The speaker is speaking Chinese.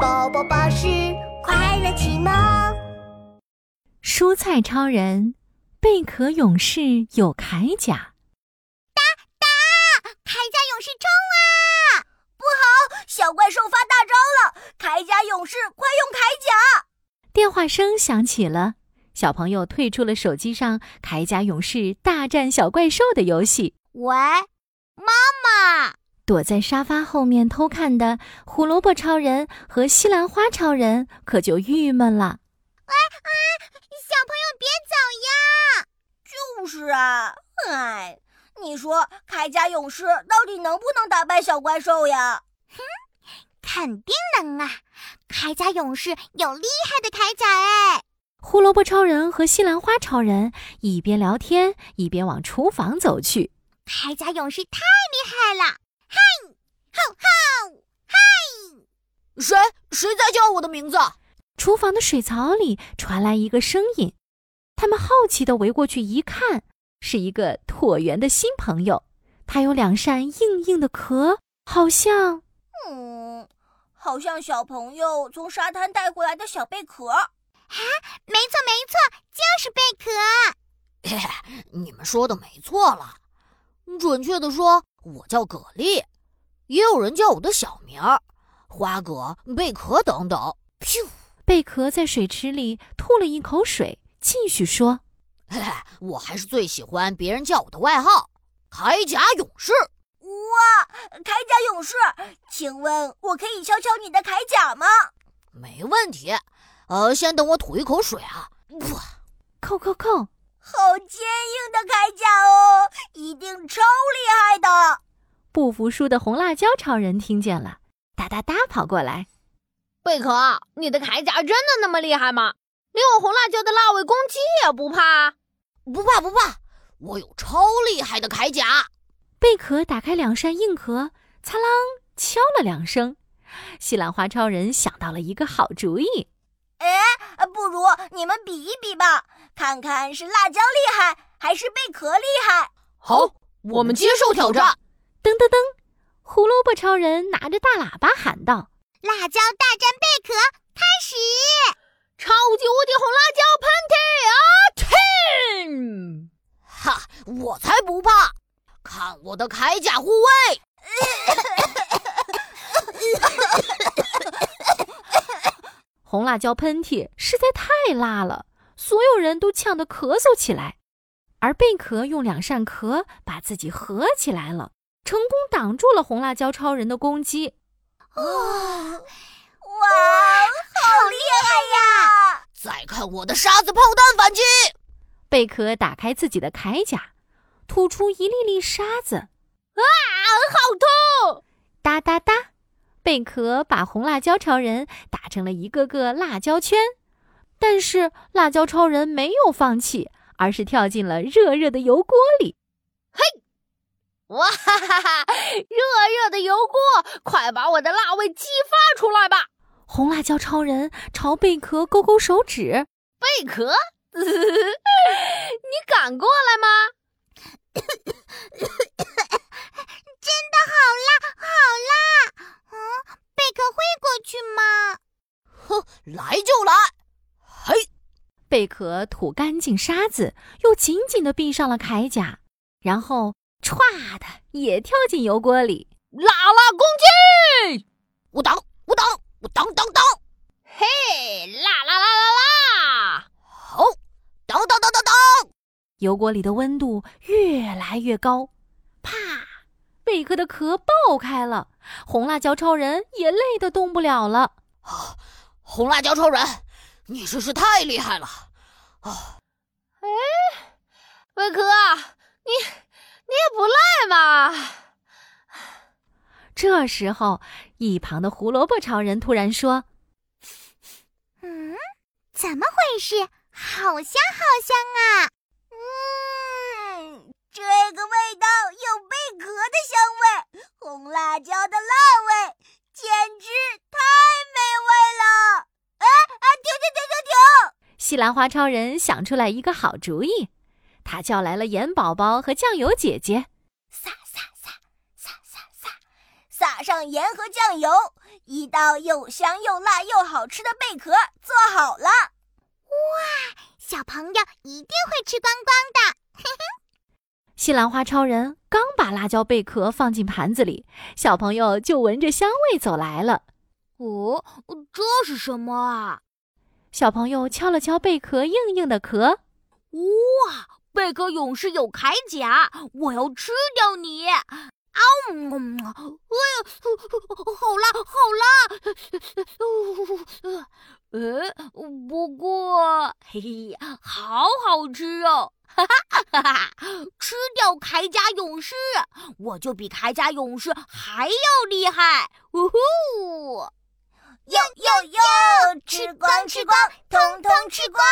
宝宝巴士快乐启蒙。蔬菜超人，贝壳勇士有铠甲，铠甲勇士冲啊！不好，小怪兽发大招了！铠甲勇士，快用铠甲！电话声响起了。小朋友退出了手机上《铠甲勇士大战小怪兽》的游戏，喂，妈妈，躲在沙发后面偷看的胡萝卜超人和西兰花超人可就郁闷了。小朋友别走呀！就是啊，哎，你说铠甲勇士到底能不能打败小怪兽呀？肯定能啊！铠甲勇士有厉害的铠甲哎，胡萝卜超人和西兰花超人一边聊天，一边往厨房走去。铠甲勇士太厉害了！谁谁在叫我的名字？厨房的水槽里传来一个声音，他们好奇地围过去一看，是一个椭圆的新朋友。它有两扇硬硬的壳，好像嗯，好像小朋友从沙滩带回来的小贝壳。啊没错没错，就是贝壳。 你们说的没错了，准确的说，我叫蛤蜊，也有人叫我的小名儿花蛤、贝壳等等。噗，贝壳在水池里吐了一口水，继续说嘿嘿，我还是最喜欢别人叫我的外号——铠甲勇士。哇，铠甲勇士，请问我可以敲敲你的铠甲吗？没问题，呃，先等我吐一口水啊。哇，：“扣扣扣好坚硬的铠甲哦，一定超厉害的！！”不服输的红辣椒超人听见了，哒哒哒跑过来。贝壳，你的铠甲真的那么厉害吗？连我红辣椒的辣味攻击也不怕啊？不怕不怕，我有超厉害的铠甲。贝壳打开两扇硬壳，擦啷敲了两声。西兰花超人想到了一个好主意，呃不如你们比一比吧，看看是辣椒厉害还是贝壳厉害。好，我们接受挑战。噔噔噔！胡萝卜超人拿着大喇叭喊道辣椒大战贝壳开始！超级无敌红辣椒喷嚏啊！天！哈，我才不怕！看我的铠甲护卫！红辣椒喷嚏实在太辣了，所有人都呛得咳嗽起来。而贝壳用两扇壳把自己合起来了，成功挡住了红辣椒超人的攻击。哦，哇，啊好厉害呀！再看我的沙子炮弹反击！贝壳打开自己的铠甲，吐出一粒粒沙子，好痛！哒哒哒。贝壳把红辣椒超人打成了一个个辣椒圈，但是辣椒超人没有放弃，而是跳进了热热的油锅里。哇哈哈哈！热热的油锅，快把我的辣味激发出来吧！红辣椒超人朝贝壳勾勾手指，贝壳，你敢过 来吗？嗯贝壳会过去吗？哼，来就来！嘿，贝壳吐干净沙子，又紧紧地闭上了铠甲，然后歘的也跳进油锅里。辣辣攻击！我挡，我挡，我挡挡挡！嘿，辣辣辣辣辣！好，挡挡挡挡挡！油锅里的温度越来越高，啪！贝壳的壳爆开了，红辣椒超人也累得动不了了。啊，红辣椒超人，你真是太厉害了！贝壳，你你也不赖嘛！这时候，一旁的胡萝卜超人突然说嗯，怎么回事？好香好香啊！嗯，这个味道有贝壳的香味，红辣椒的辣味，简直太美味了！哎哎，停停停停停！：“西兰花超人想出来一个好主意，他叫来了盐宝宝和酱油姐姐。撒撒撒撒撒撒，撒上上盐和酱油，一道又香又辣又好吃的贝壳做好了。小朋友一定会吃光光。西兰花超人刚把辣椒贝壳放进盘子里，小朋友就闻着香味走来了。哦，这是什么啊？小朋友敲了敲贝壳硬硬的壳，哇，贝壳勇士有铠甲，我要吃掉你！啊呜！嗯哎呀，好辣，好辣！呃，不过，嘿嘿，好好吃哦！ 哈哈哈哈！吃掉铠甲勇士，我就比铠甲勇士还要厉害！呜呼！哟哟哟，吃光吃光，通通吃光！